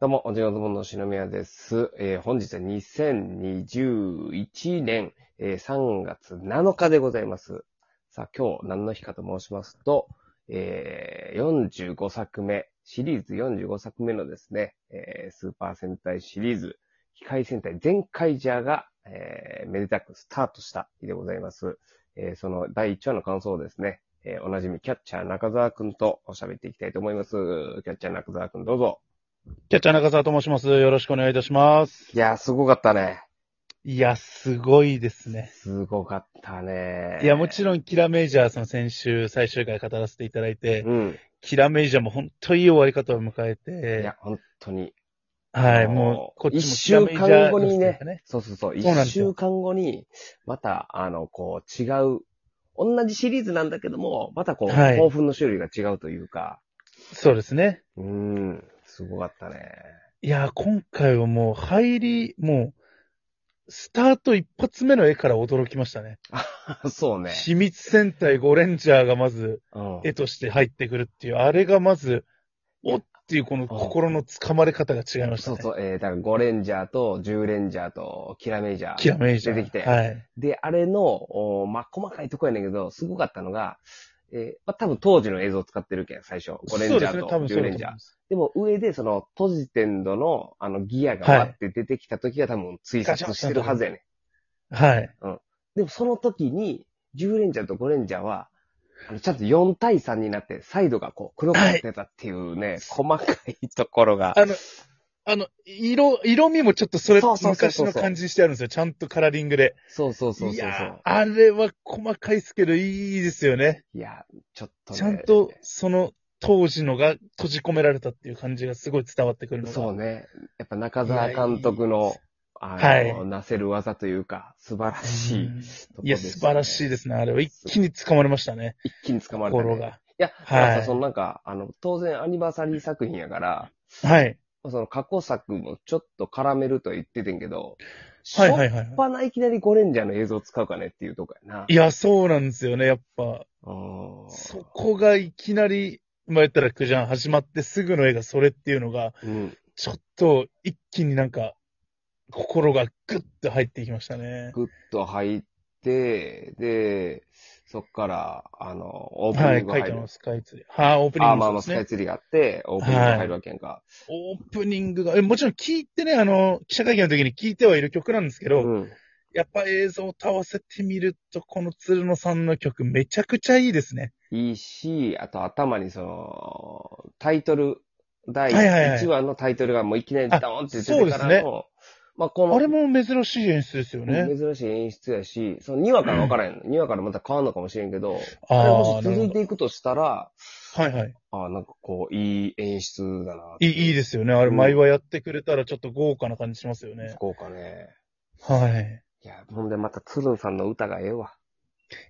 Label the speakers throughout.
Speaker 1: どうも、おじのズボンの篠宮です。えー本日は2021年、えー3月7日でございます。さあ、今日何の日かと申しますと、えー45作目、シリーズ45作目のですね、えースーパー戦隊シリーズ、機械戦隊全カイジャーが、えーめでたくスタートした日でございます。えーその第1話の感想をですね、えーおなじみキャッチャー中澤くんと喋っていきたいと思います。キャッチャー中澤くんどうぞ。
Speaker 2: キャッチャー中澤と申します。よろしくお願いいたします。
Speaker 1: いやー、すごかったね。
Speaker 2: いや、すごいですね。
Speaker 1: すごかったね。
Speaker 2: いや、もちろん、キラメイジャー、その先週、最終回語らせていただいて、
Speaker 1: うん。
Speaker 2: キラメイジャーも本当にいい終わり方を迎え
Speaker 1: い
Speaker 2: て
Speaker 1: や、、本当に。
Speaker 2: はい、
Speaker 1: あのー
Speaker 2: もう、こっちも
Speaker 1: 一週間後に
Speaker 2: キラメイジャーの
Speaker 1: ね
Speaker 2: 姿ね。
Speaker 1: そうそうそう。
Speaker 2: そうなん
Speaker 1: 一
Speaker 2: ですよ
Speaker 1: 週間後に、また、あの、こう、違う、同じシリーズなんだけども、またこう、
Speaker 2: はい
Speaker 1: 興奮の種類が違うというか、
Speaker 2: そうですね。
Speaker 1: うーん、すごかったね。
Speaker 2: いや、今回はもう、入り、もう、スタート一発目の絵から驚きましたね。
Speaker 1: そうね。
Speaker 2: 秘密戦隊ゴレンジャーがまず、
Speaker 1: うん。
Speaker 2: 絵として入ってくるっていう、あれがまず、おっていうこの心のつかまれ方が違いました
Speaker 1: そ
Speaker 2: ね
Speaker 1: う。そう、えー、だから5レンジャーと10レンジャーとキラメイジャー。
Speaker 2: キラメイジャー。
Speaker 1: 出てきて
Speaker 2: はい。
Speaker 1: で、あれの、おまあ、細かいとこやねんけど、すごかったのが、えーまあ、多分当時の映像を使ってるけん、最初。5レンジャーと10レンジャー。で
Speaker 2: ー。
Speaker 1: も上でその、閉じてんどの、あの、ギアが割って出てきた時が多分追殺してるはずやねん。
Speaker 2: はい。
Speaker 1: でもその時に、10レンジャーと5レンジャーは、あのちゃんと4対3になって、サイドがこう、黒くなってたっていうね、細かいところが。
Speaker 2: あの、あの、色、色味もちょっとそれ、
Speaker 1: そうそうそうそ
Speaker 2: 昔
Speaker 1: う
Speaker 2: の感じにしてあるんですよ。ちゃんとカラーリングで。
Speaker 1: そうそうそうそうそう。
Speaker 2: い
Speaker 1: い
Speaker 2: や
Speaker 1: や
Speaker 2: ー、あれは細かいですけど、いいですよね。
Speaker 1: ちょっとね。
Speaker 2: ちゃんと、その、当時のが閉じ込められたっていう感じがすごい伝わってくるのが。
Speaker 1: そうね。やっぱ中澤監督
Speaker 2: いやい
Speaker 1: の
Speaker 2: い、
Speaker 1: あの、
Speaker 2: はい
Speaker 1: なせる技というか、素晴らしい、
Speaker 2: うんいや、素晴らしい
Speaker 1: い。
Speaker 2: ですね。あれは一気に掴まれましたね。
Speaker 1: 一気に捕まれた、ね。
Speaker 2: 心
Speaker 1: い
Speaker 2: が。
Speaker 1: や、
Speaker 2: はい
Speaker 1: だからさそのなんか、あの、当然アニバーサリー作品やから、
Speaker 2: はい。
Speaker 1: その過去作もちょっと絡めるとは言っててんけど、。
Speaker 2: はいはいいはい
Speaker 1: しょっ。ぱないきなりゴレンジャーの映像を使うかねっていうとこやな。
Speaker 2: いや、そうなんですよね。やっぱ、
Speaker 1: うん
Speaker 2: そこがいきなり、まあ、言ったらクジャン始まってすぐの絵がそれっていうのが、
Speaker 1: うん。
Speaker 2: ちょっと一気になんか、心がグッと入っていきましたね。
Speaker 1: グッと入って、で、そっから、あの、オープ
Speaker 2: は
Speaker 1: ニ
Speaker 2: い、
Speaker 1: ング
Speaker 2: 書い
Speaker 1: 入
Speaker 2: てあ
Speaker 1: る。
Speaker 2: ります、スカイツリー。はい、オープニ
Speaker 1: あ、
Speaker 2: ング
Speaker 1: まあま
Speaker 2: で
Speaker 1: あ、
Speaker 2: す
Speaker 1: スカイ
Speaker 2: ね。
Speaker 1: ツリーがあって、オープニング入るわけやんか。
Speaker 2: オープニングが、え、もちろん聞いてね、あの、記者会見の時に聞いてはいる曲なんですけど、
Speaker 1: うん。
Speaker 2: やっぱ映像と合わせてみると、この鶴野さんの曲めちゃくちゃいいですね。
Speaker 1: いいし、あと頭にその、タイトル、第
Speaker 2: はいはいはい
Speaker 1: 1話のタイトルがもういきなりドーンって出
Speaker 2: あそう
Speaker 1: て
Speaker 2: で
Speaker 1: か
Speaker 2: す
Speaker 1: ら
Speaker 2: ね
Speaker 1: の、まあこの、
Speaker 2: あれも珍しい演出ですよね。
Speaker 1: 珍しい演出やし、その2話から分からへん。2話からまた変わるのかもしれんけど、あれ
Speaker 2: あ
Speaker 1: も
Speaker 2: あ、
Speaker 1: し
Speaker 2: なる
Speaker 1: 続
Speaker 2: ほ
Speaker 1: い
Speaker 2: ど。
Speaker 1: ていくとしたら、
Speaker 2: はいはい。
Speaker 1: ああ、なんかこう、いい演出だな。
Speaker 2: いい、いい
Speaker 1: で
Speaker 2: ですよね。あれ、
Speaker 1: うん
Speaker 2: 毎話やってくれたらちょっと豪華な感じしますよね。
Speaker 1: 福岡ね。
Speaker 2: はい。
Speaker 1: いや、ほんでまた、つるんさんの歌がええわ。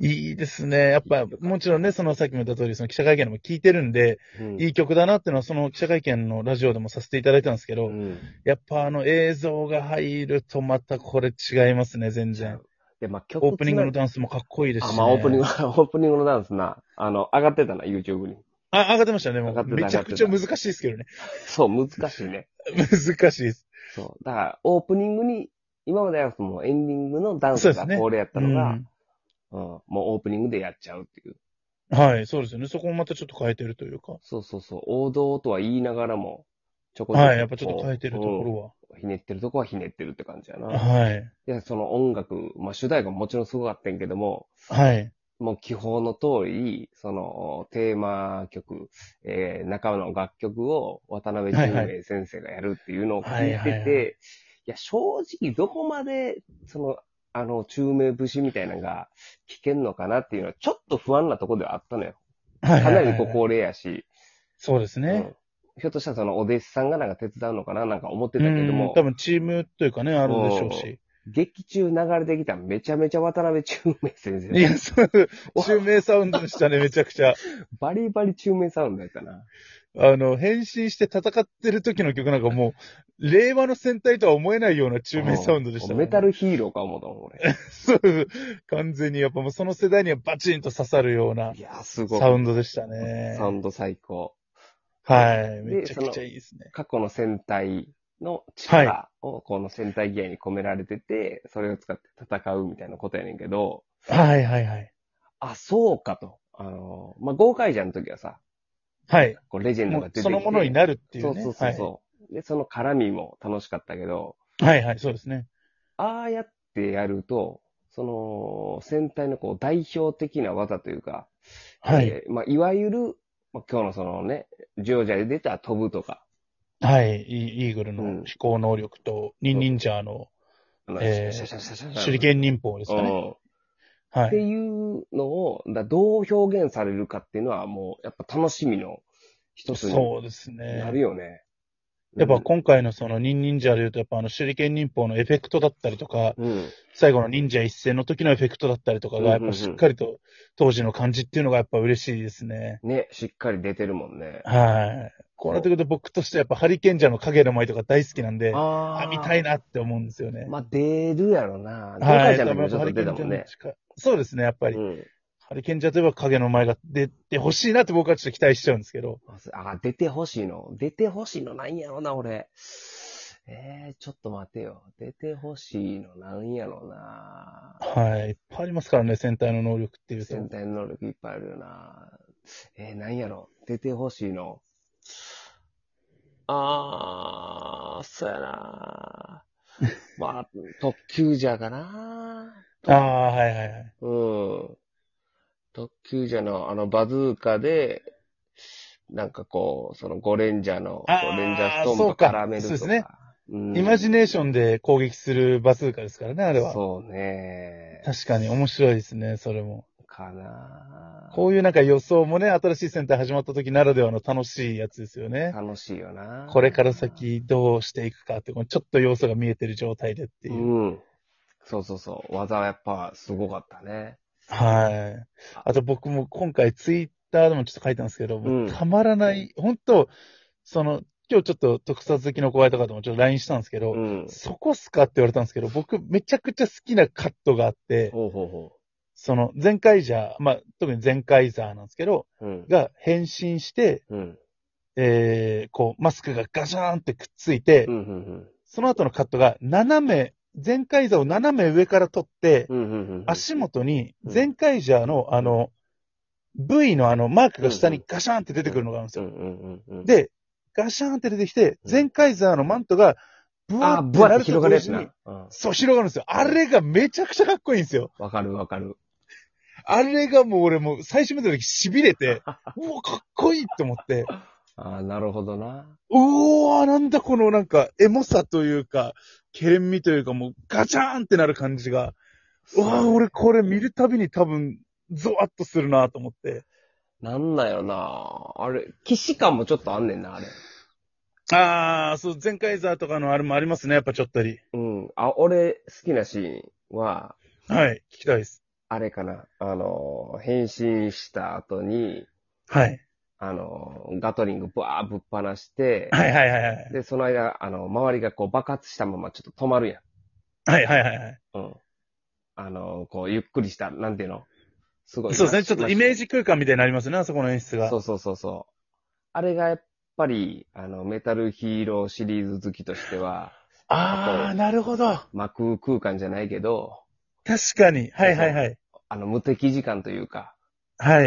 Speaker 2: いいですね。やっぱ、もちろんね、そのさっきも言った通り、その記者会見でも聞いてるんで、
Speaker 1: うん。
Speaker 2: いい曲だなっていうのは、その記者会見のラジオでもさせていただいたんですけ
Speaker 1: う
Speaker 2: ど、
Speaker 1: ん。
Speaker 2: やっぱあの映像が入るとまたこれ違いますね、全然。
Speaker 1: で、まあ曲
Speaker 2: オープニングの
Speaker 1: ダン
Speaker 2: ダンスもかっこいいですし、
Speaker 1: あ、
Speaker 2: ね。
Speaker 1: まあオープニング、オープニングのダンスな。あの、上がってたな、YouTube に。
Speaker 2: あ、上がってましたね、も
Speaker 1: 上がって
Speaker 2: う。
Speaker 1: た
Speaker 2: めちゃくちゃ難しいですけどね。
Speaker 1: そう、難しいね。
Speaker 2: 難しいです。
Speaker 1: そう。だから、オープニングに、今まではもうエンディングのダンス
Speaker 2: そうで
Speaker 1: が
Speaker 2: すね
Speaker 1: 恒例やった
Speaker 2: う
Speaker 1: のが、うん
Speaker 2: ん。
Speaker 1: もうオープニングでやっちゃうっていう。
Speaker 2: はい、そうですよね。そこもまたちょっと変えてるというか。
Speaker 1: そうそうそう。王道とは言いながらも、ちょこちょこ。
Speaker 2: はい、やっぱちょっと変えてるとこ
Speaker 1: うんひねってるとこはひねってるって感じや
Speaker 2: ろ
Speaker 1: な。
Speaker 2: は。
Speaker 1: い
Speaker 2: はい。
Speaker 1: や、その音楽、まあ主題歌ももちろんすごかったんやけども、
Speaker 2: はい。
Speaker 1: もう基本の通り、その、テーマ曲、えー、中の楽曲を渡辺純明先生がやるっていうのを聞いてて、
Speaker 2: はいはいはいいはい
Speaker 1: や、正直どこまで、その、あの、中名節みたいなのが聞けんのかなっていうのは、ちょっと不安なところではあったのよ。
Speaker 2: はい
Speaker 1: か
Speaker 2: はい
Speaker 1: な
Speaker 2: はいは
Speaker 1: り
Speaker 2: い
Speaker 1: ご高齢やし、
Speaker 2: そうですね。
Speaker 1: うんひょっとしたらそのお弟子さんがなんか手伝うのかななんか思ってた
Speaker 2: う
Speaker 1: けど
Speaker 2: ん
Speaker 1: も
Speaker 2: 多、分チームというかね、あるでしょうし。
Speaker 1: 劇中流れてきためちゃめちゃ渡辺中明先
Speaker 2: い
Speaker 1: 生。
Speaker 2: や、そう、中名サウンドでしたね、めちゃくちゃ。
Speaker 1: バリバリ中明サウンドやったな。
Speaker 2: あの、変身して戦ってる時の曲なんかもう、令和の戦隊とは思えないような中名サウンドでした、
Speaker 1: うんメタ。ルヒーローか思うと思う、俺。
Speaker 2: そう、完全にやっぱもうその世代にはバチンと刺さるようない
Speaker 1: やー、すごい。
Speaker 2: サウンドでしたね
Speaker 1: サ。ウンド最高。
Speaker 2: はい。
Speaker 1: で
Speaker 2: めちゃくちゃいいですね。
Speaker 1: 過去の戦隊の力をこの戦隊ギアに込められてて、それを使って戦うみたいなことやねんけど、
Speaker 2: はいはいはい。
Speaker 1: あ、そうかと。あの、まあ、ゴーカイジャーの時はさ、
Speaker 2: はい。
Speaker 1: こうレジェンド
Speaker 2: も
Speaker 1: が
Speaker 2: う
Speaker 1: 出てきて。
Speaker 2: そのものに
Speaker 1: る
Speaker 2: なるっていう
Speaker 1: そう
Speaker 2: ね。
Speaker 1: そうそうそう、で、その絡みも楽しかったけど、
Speaker 2: はい。はいはい、そうですね。
Speaker 1: ああやってやると、その、戦隊のこう代表的な技というか、
Speaker 2: はい。
Speaker 1: えーまあ、いわゆる、まあ、今日のそのね、ジョージャで出た飛ぶとか、
Speaker 2: はい。イイーグル
Speaker 1: うん
Speaker 2: の飛行能力と、ニンニンジャーの
Speaker 1: あの
Speaker 2: えー
Speaker 1: シャシャシャシャシャシャ
Speaker 2: 手裏剣忍法ですかね。
Speaker 1: うん
Speaker 2: は
Speaker 1: って
Speaker 2: い。
Speaker 1: いうのを、だどう表現されるかっていうのは、もう、やっぱ楽しみの一つに
Speaker 2: そうですね。
Speaker 1: なるよね。
Speaker 2: やっぱ今回のそのニンニンジャーで言うと、やっぱあの手裏剣忍法のエフェクトだったりとか、
Speaker 1: うん、
Speaker 2: 最後の忍者一斉の時のエフェクトだったりとかが、やっぱしっかりと当時の感じっていうのがやっぱ嬉しいですね。
Speaker 1: ね、しっかり出てるもんね。
Speaker 2: はい。こうなってくると僕としてはやっぱハリケンジャーの影の舞とか大好きなんで、あ
Speaker 1: あー
Speaker 2: 見たいなって思うんですよね。
Speaker 1: まあ、出るやろな。今
Speaker 2: はい。
Speaker 1: 回じゃもちょっと出たもん
Speaker 2: の
Speaker 1: ね。
Speaker 2: 近いそうですね、やっぱり。
Speaker 1: うん
Speaker 2: ハリケンジャーといえば影の舞が出てほしいなって僕はちょっと期待しちゃうんですけど。
Speaker 1: あ、出てほしいの。出てほしいのなんやろな、俺。えー、ちょっと待てよ。出てほしいのなんやろな。
Speaker 2: はい。いっぱいありますからね、戦隊の能力っていうと。
Speaker 1: 全体の能力いっぱいあるよな。えー、なんやろ出てほしいの。あー、そうやな。まあ、特急じゃかな。
Speaker 2: ああ、はいはいはい。
Speaker 1: うん。特急じゃの、あの、バズーカで、なんかこう、そのゴレンジャーの、こ
Speaker 2: あー
Speaker 1: うレンジャーストーム
Speaker 2: そ
Speaker 1: と
Speaker 2: うか
Speaker 1: 絡めるとか。
Speaker 2: そうですね
Speaker 1: うん
Speaker 2: イマジネーションで攻撃するバズーカですからね、あれは。
Speaker 1: そうね。
Speaker 2: 確かに面白いですね、それも。
Speaker 1: かな。
Speaker 2: こういうなんか予想もね、新しい戦隊始まった時ならではの楽しいやつですよね。
Speaker 1: 楽しいよな。
Speaker 2: これから先どうしていくかって、このちょっと要素が見えてる状態でっていう。
Speaker 1: うん。そうそうそう。技はやっぱすごかったね。
Speaker 2: はい。あと僕も今回ツイッターでもちょっと書いたんですけど、
Speaker 1: うん
Speaker 2: たまらない、本当その、今日ちょっと特撮好きの後輩とかともちょっと LINE したんですけど、
Speaker 1: うん。
Speaker 2: そこっすかって言われたんですけど、僕めちゃくちゃ好きなカットがあって、
Speaker 1: ほうほうほ
Speaker 2: その、全カイジャー、まあ、特に全カイザーなんですけど、
Speaker 1: う。うん。
Speaker 2: が変身して、
Speaker 1: うん。
Speaker 2: えー、こう、マスクがガシャーンってくっついて、
Speaker 1: うん。うん。
Speaker 2: その後のカットが斜め、全カイザーを斜め上から撮って、
Speaker 1: うん。うん。うん。
Speaker 2: 足元に
Speaker 1: うん
Speaker 2: 全カイジャーのあの、V のあのマークが下にガシャーンって出てくるのがあるんです
Speaker 1: うん。
Speaker 2: よ。
Speaker 1: うん。うん。うん、
Speaker 2: で、ガシャーンって出てきて、
Speaker 1: うん
Speaker 2: 全カイザーのマントが、ブワ
Speaker 1: あ、
Speaker 2: ーっ
Speaker 1: ぶ
Speaker 2: てな
Speaker 1: わっ
Speaker 2: る
Speaker 1: て
Speaker 2: と
Speaker 1: 広
Speaker 2: 同
Speaker 1: がるやつ
Speaker 2: 時に
Speaker 1: な、。うん。
Speaker 2: そう、広がるんですよ。あれがめちゃくちゃかっこいいんですよ。
Speaker 1: わかるわかる。
Speaker 2: あれがもう俺もう最初見た時痺れ て、うわ、かっこいいと思って、
Speaker 1: あーなるほどな。
Speaker 2: うわー、なんだこのなんか、エモさというか、ケレン味というか、もうガチャーンってなる感じが、うわー、俺これ見るたびに多分、ゾワッとするなと思って。
Speaker 1: なんだよな。あれ、騎士感もちょっとあんねんな、あれ。
Speaker 2: あー、そう、全カイザーとかのあれもありますね、やっぱちょっとり。
Speaker 1: うん。あ、俺、好きなシーンは、
Speaker 2: はい、聞きたいです。
Speaker 1: あれかな。あのー、変身した後に、
Speaker 2: はい。
Speaker 1: あのー、ガトリングぶわーぶっ放して、
Speaker 2: はいはいはいはい。
Speaker 1: で、その間、あの、周りがこう爆発したままちょっと止まるや
Speaker 2: はいはいはいはい。
Speaker 1: ん。うん。あの、こう、ゆっくりした、なんていうのすごい。
Speaker 2: そうですね、ちょっとイメー
Speaker 1: ジ
Speaker 2: ジ空間みたいになりますね、あそこの演出が
Speaker 1: そ。うそうそうそう。あれがやっぱり、あの、メタルヒーローシリーズ好きとしては、
Speaker 2: あー、なるほど。
Speaker 1: 真空空間じゃないけど、
Speaker 2: 確かに。はいはいはい。
Speaker 1: あの、無敵時間というか、
Speaker 2: は
Speaker 1: う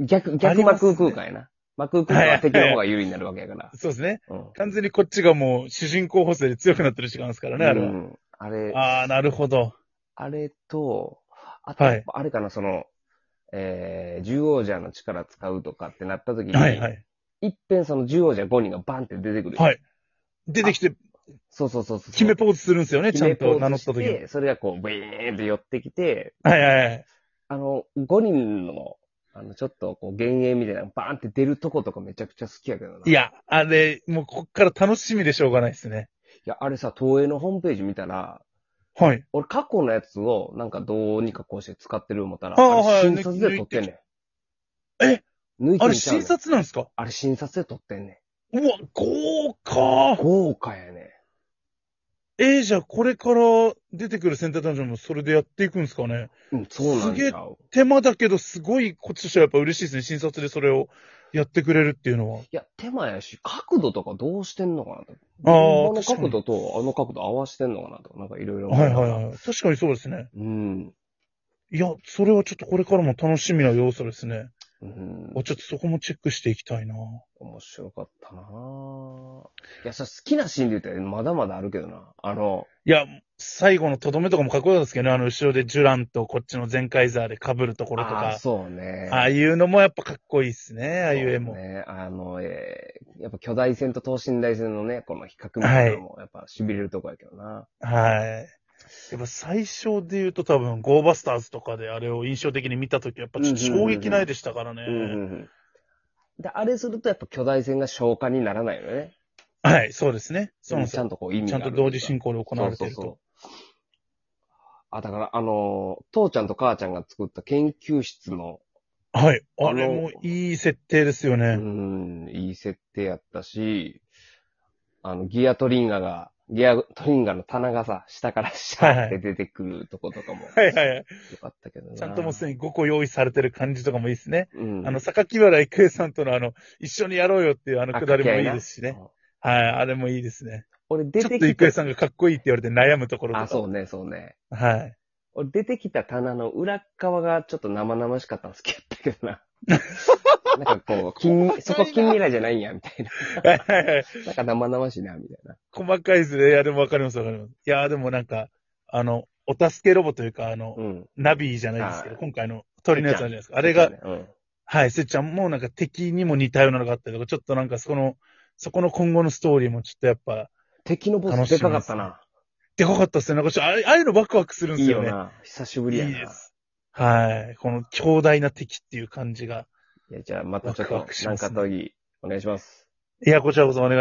Speaker 2: い。
Speaker 1: ん。逆、
Speaker 2: あ
Speaker 1: 逆
Speaker 2: り
Speaker 1: 真
Speaker 2: ますね
Speaker 1: 空空間やな。真空空間は敵の方が有利になるわけやから。
Speaker 2: そうですね。
Speaker 1: うん。
Speaker 2: 完全にこっちがもう主人公補正で強くなってる時間ですからね、あれ
Speaker 1: う
Speaker 2: は。
Speaker 1: んあれ、
Speaker 2: ああ、なるほど。
Speaker 1: あれと、あと、
Speaker 2: はい
Speaker 1: あれかな、その、えー、獣王者の力使うとかってなった時に、
Speaker 2: はいはい。
Speaker 1: いっぺんその獣王者5人がバンって出てくる。
Speaker 2: はい。出てきて、
Speaker 1: そうそうそうそう。
Speaker 2: 決めポーズするんですよね、ち
Speaker 1: 決
Speaker 2: ゃ
Speaker 1: め
Speaker 2: ん
Speaker 1: ポーズ
Speaker 2: と名乗った時に。
Speaker 1: してそれがこう、ブイーンって寄ってきて、
Speaker 2: はいはいはい。
Speaker 1: あの、5人の、あの、ちょっとこう、幻影みたいなのバーンって出るとことかめちゃくちゃ好きやけどな。
Speaker 2: い
Speaker 1: いや、
Speaker 2: や、あれ、もうこっから楽しみでしょうがないですね。
Speaker 1: あれさ、東映のホームページ見たら、
Speaker 2: はい。
Speaker 1: 俺過去のやつをなんかどうにかこうして使ってる思ったら、
Speaker 2: あはい
Speaker 1: あれ新卒で撮ってんねん。
Speaker 2: え
Speaker 1: 抜いて
Speaker 2: あれ、
Speaker 1: んちゃうね
Speaker 2: 新
Speaker 1: ん
Speaker 2: 撮なんですか
Speaker 1: あれ新撮で撮ってんねん。
Speaker 2: うわ、豪華
Speaker 1: 豪華やね。
Speaker 2: えー、じゃあこれから出てくるセンターダンジョンもそれでやっていくんですかね
Speaker 1: うん、そうなんちゃう。
Speaker 2: 手間だけどすごい、こっちとしてはやっぱ嬉しいですね、新撮でそれをやってくれるっていうのは。
Speaker 1: いや、手間やし、角度とかどうしてんのかなと。
Speaker 2: あー
Speaker 1: あの角度とあの角度合わしてんのかなとか、なんかいろいろ。
Speaker 2: はいはいはい。確かにそうですね。
Speaker 1: うん。
Speaker 2: いや、それはちょっとこれからも楽しみな要素ですね。
Speaker 1: うん
Speaker 2: あちょっとそこもチェックしていきたいな。
Speaker 1: 面白かったなぁ。いや、さ、好きなシーンで言ったらまだまだあるけどな。あの、
Speaker 2: いや、最後のとどめとかもかっこよかったですけどね。あの、後ろでジュランとこっちのゼンカイザーで被るところと
Speaker 1: あー
Speaker 2: か。
Speaker 1: そうね。
Speaker 2: ああいうのもやっぱかっこいいっすね。ああいう絵も。
Speaker 1: そうね、あの、えーやっぱ巨大戦と等身大戦のね、この比較みたいなのも、やっぱ痺れるとこやけどな。
Speaker 2: はい。やっぱ最初で言うと多分、ゴーバスターズとかであれを印象的に見たとき、やっぱちょっと衝撃ないでしたからね。
Speaker 1: うんうんうん。で、あれするとやっぱ巨大戦が消化にならないよね。
Speaker 2: はい、そうですね。そうなんです
Speaker 1: ちゃん
Speaker 2: よ。
Speaker 1: とこう意味
Speaker 2: ち
Speaker 1: が
Speaker 2: ゃ
Speaker 1: あ
Speaker 2: ん
Speaker 1: る
Speaker 2: と同時進行で行われてる
Speaker 1: そうそう
Speaker 2: と。
Speaker 1: そうあ、だから、あのー、父ちゃんと母ちゃんが作った研究室の、
Speaker 2: はい。あれもいい設定ですよ
Speaker 1: う
Speaker 2: ね。
Speaker 1: ん、いい設定やったし、あの、ギアトリンガが、ギアトリンガの棚がさ、下から
Speaker 2: はいは
Speaker 1: 下
Speaker 2: い
Speaker 1: って出てくるとことかも、よ
Speaker 2: はいはい。
Speaker 1: かったけどな。
Speaker 2: ちゃんともうすでに5個用意されてる感じとかもいいですね。
Speaker 1: うん、
Speaker 2: あの、榊原郁恵さんとのあの、一緒にやろうよっていうあのくだりもいいですし
Speaker 1: あ
Speaker 2: ね。
Speaker 1: 掛け合いな
Speaker 2: はい、あれもいいですね。
Speaker 1: 俺出
Speaker 2: ちょ
Speaker 1: て
Speaker 2: っと
Speaker 1: き
Speaker 2: 郁恵
Speaker 1: た。
Speaker 2: さんがかっこいいって言われて悩むところとか。
Speaker 1: あ、そうね、そうね。
Speaker 2: はい。
Speaker 1: 俺出てきた棚の裏側がちょっと生々しかったの好きやったけど な。なんかこう、近そこ近未来じゃないんや、みたいな。
Speaker 2: はいはいはい。
Speaker 1: なんか生々しいな、みたいな。
Speaker 2: 細かいですね。いや、でもわかりますわかります。いや、でもなんか、あの、お助けロボというか、あの、
Speaker 1: うん。
Speaker 2: ナビじゃないですけど、
Speaker 1: はい
Speaker 2: 今回の鳥のやつあるじゃないですか。あれが、
Speaker 1: うん。
Speaker 2: はい、せっちゃんもなんか敵にも似たようなのがあったりとか、ちょっとなんかそこの、そこの今後のストーリーもちょっとやっぱ、
Speaker 1: 敵のボスでかかったな。
Speaker 2: でかかったっすね。なんかちょっとあれ、ああいうのワクワクするんで
Speaker 1: いい
Speaker 2: すよ
Speaker 1: よ
Speaker 2: ね。
Speaker 1: な。久しぶりやな。
Speaker 2: いいです。はい。この強大な敵っていう感じが。
Speaker 1: いや、じゃあまたちょっ
Speaker 2: ワクワ
Speaker 1: と
Speaker 2: ク、し
Speaker 1: な
Speaker 2: ま
Speaker 1: ん
Speaker 2: すね
Speaker 1: か時、お願いします。
Speaker 2: いや、こちらこそお願い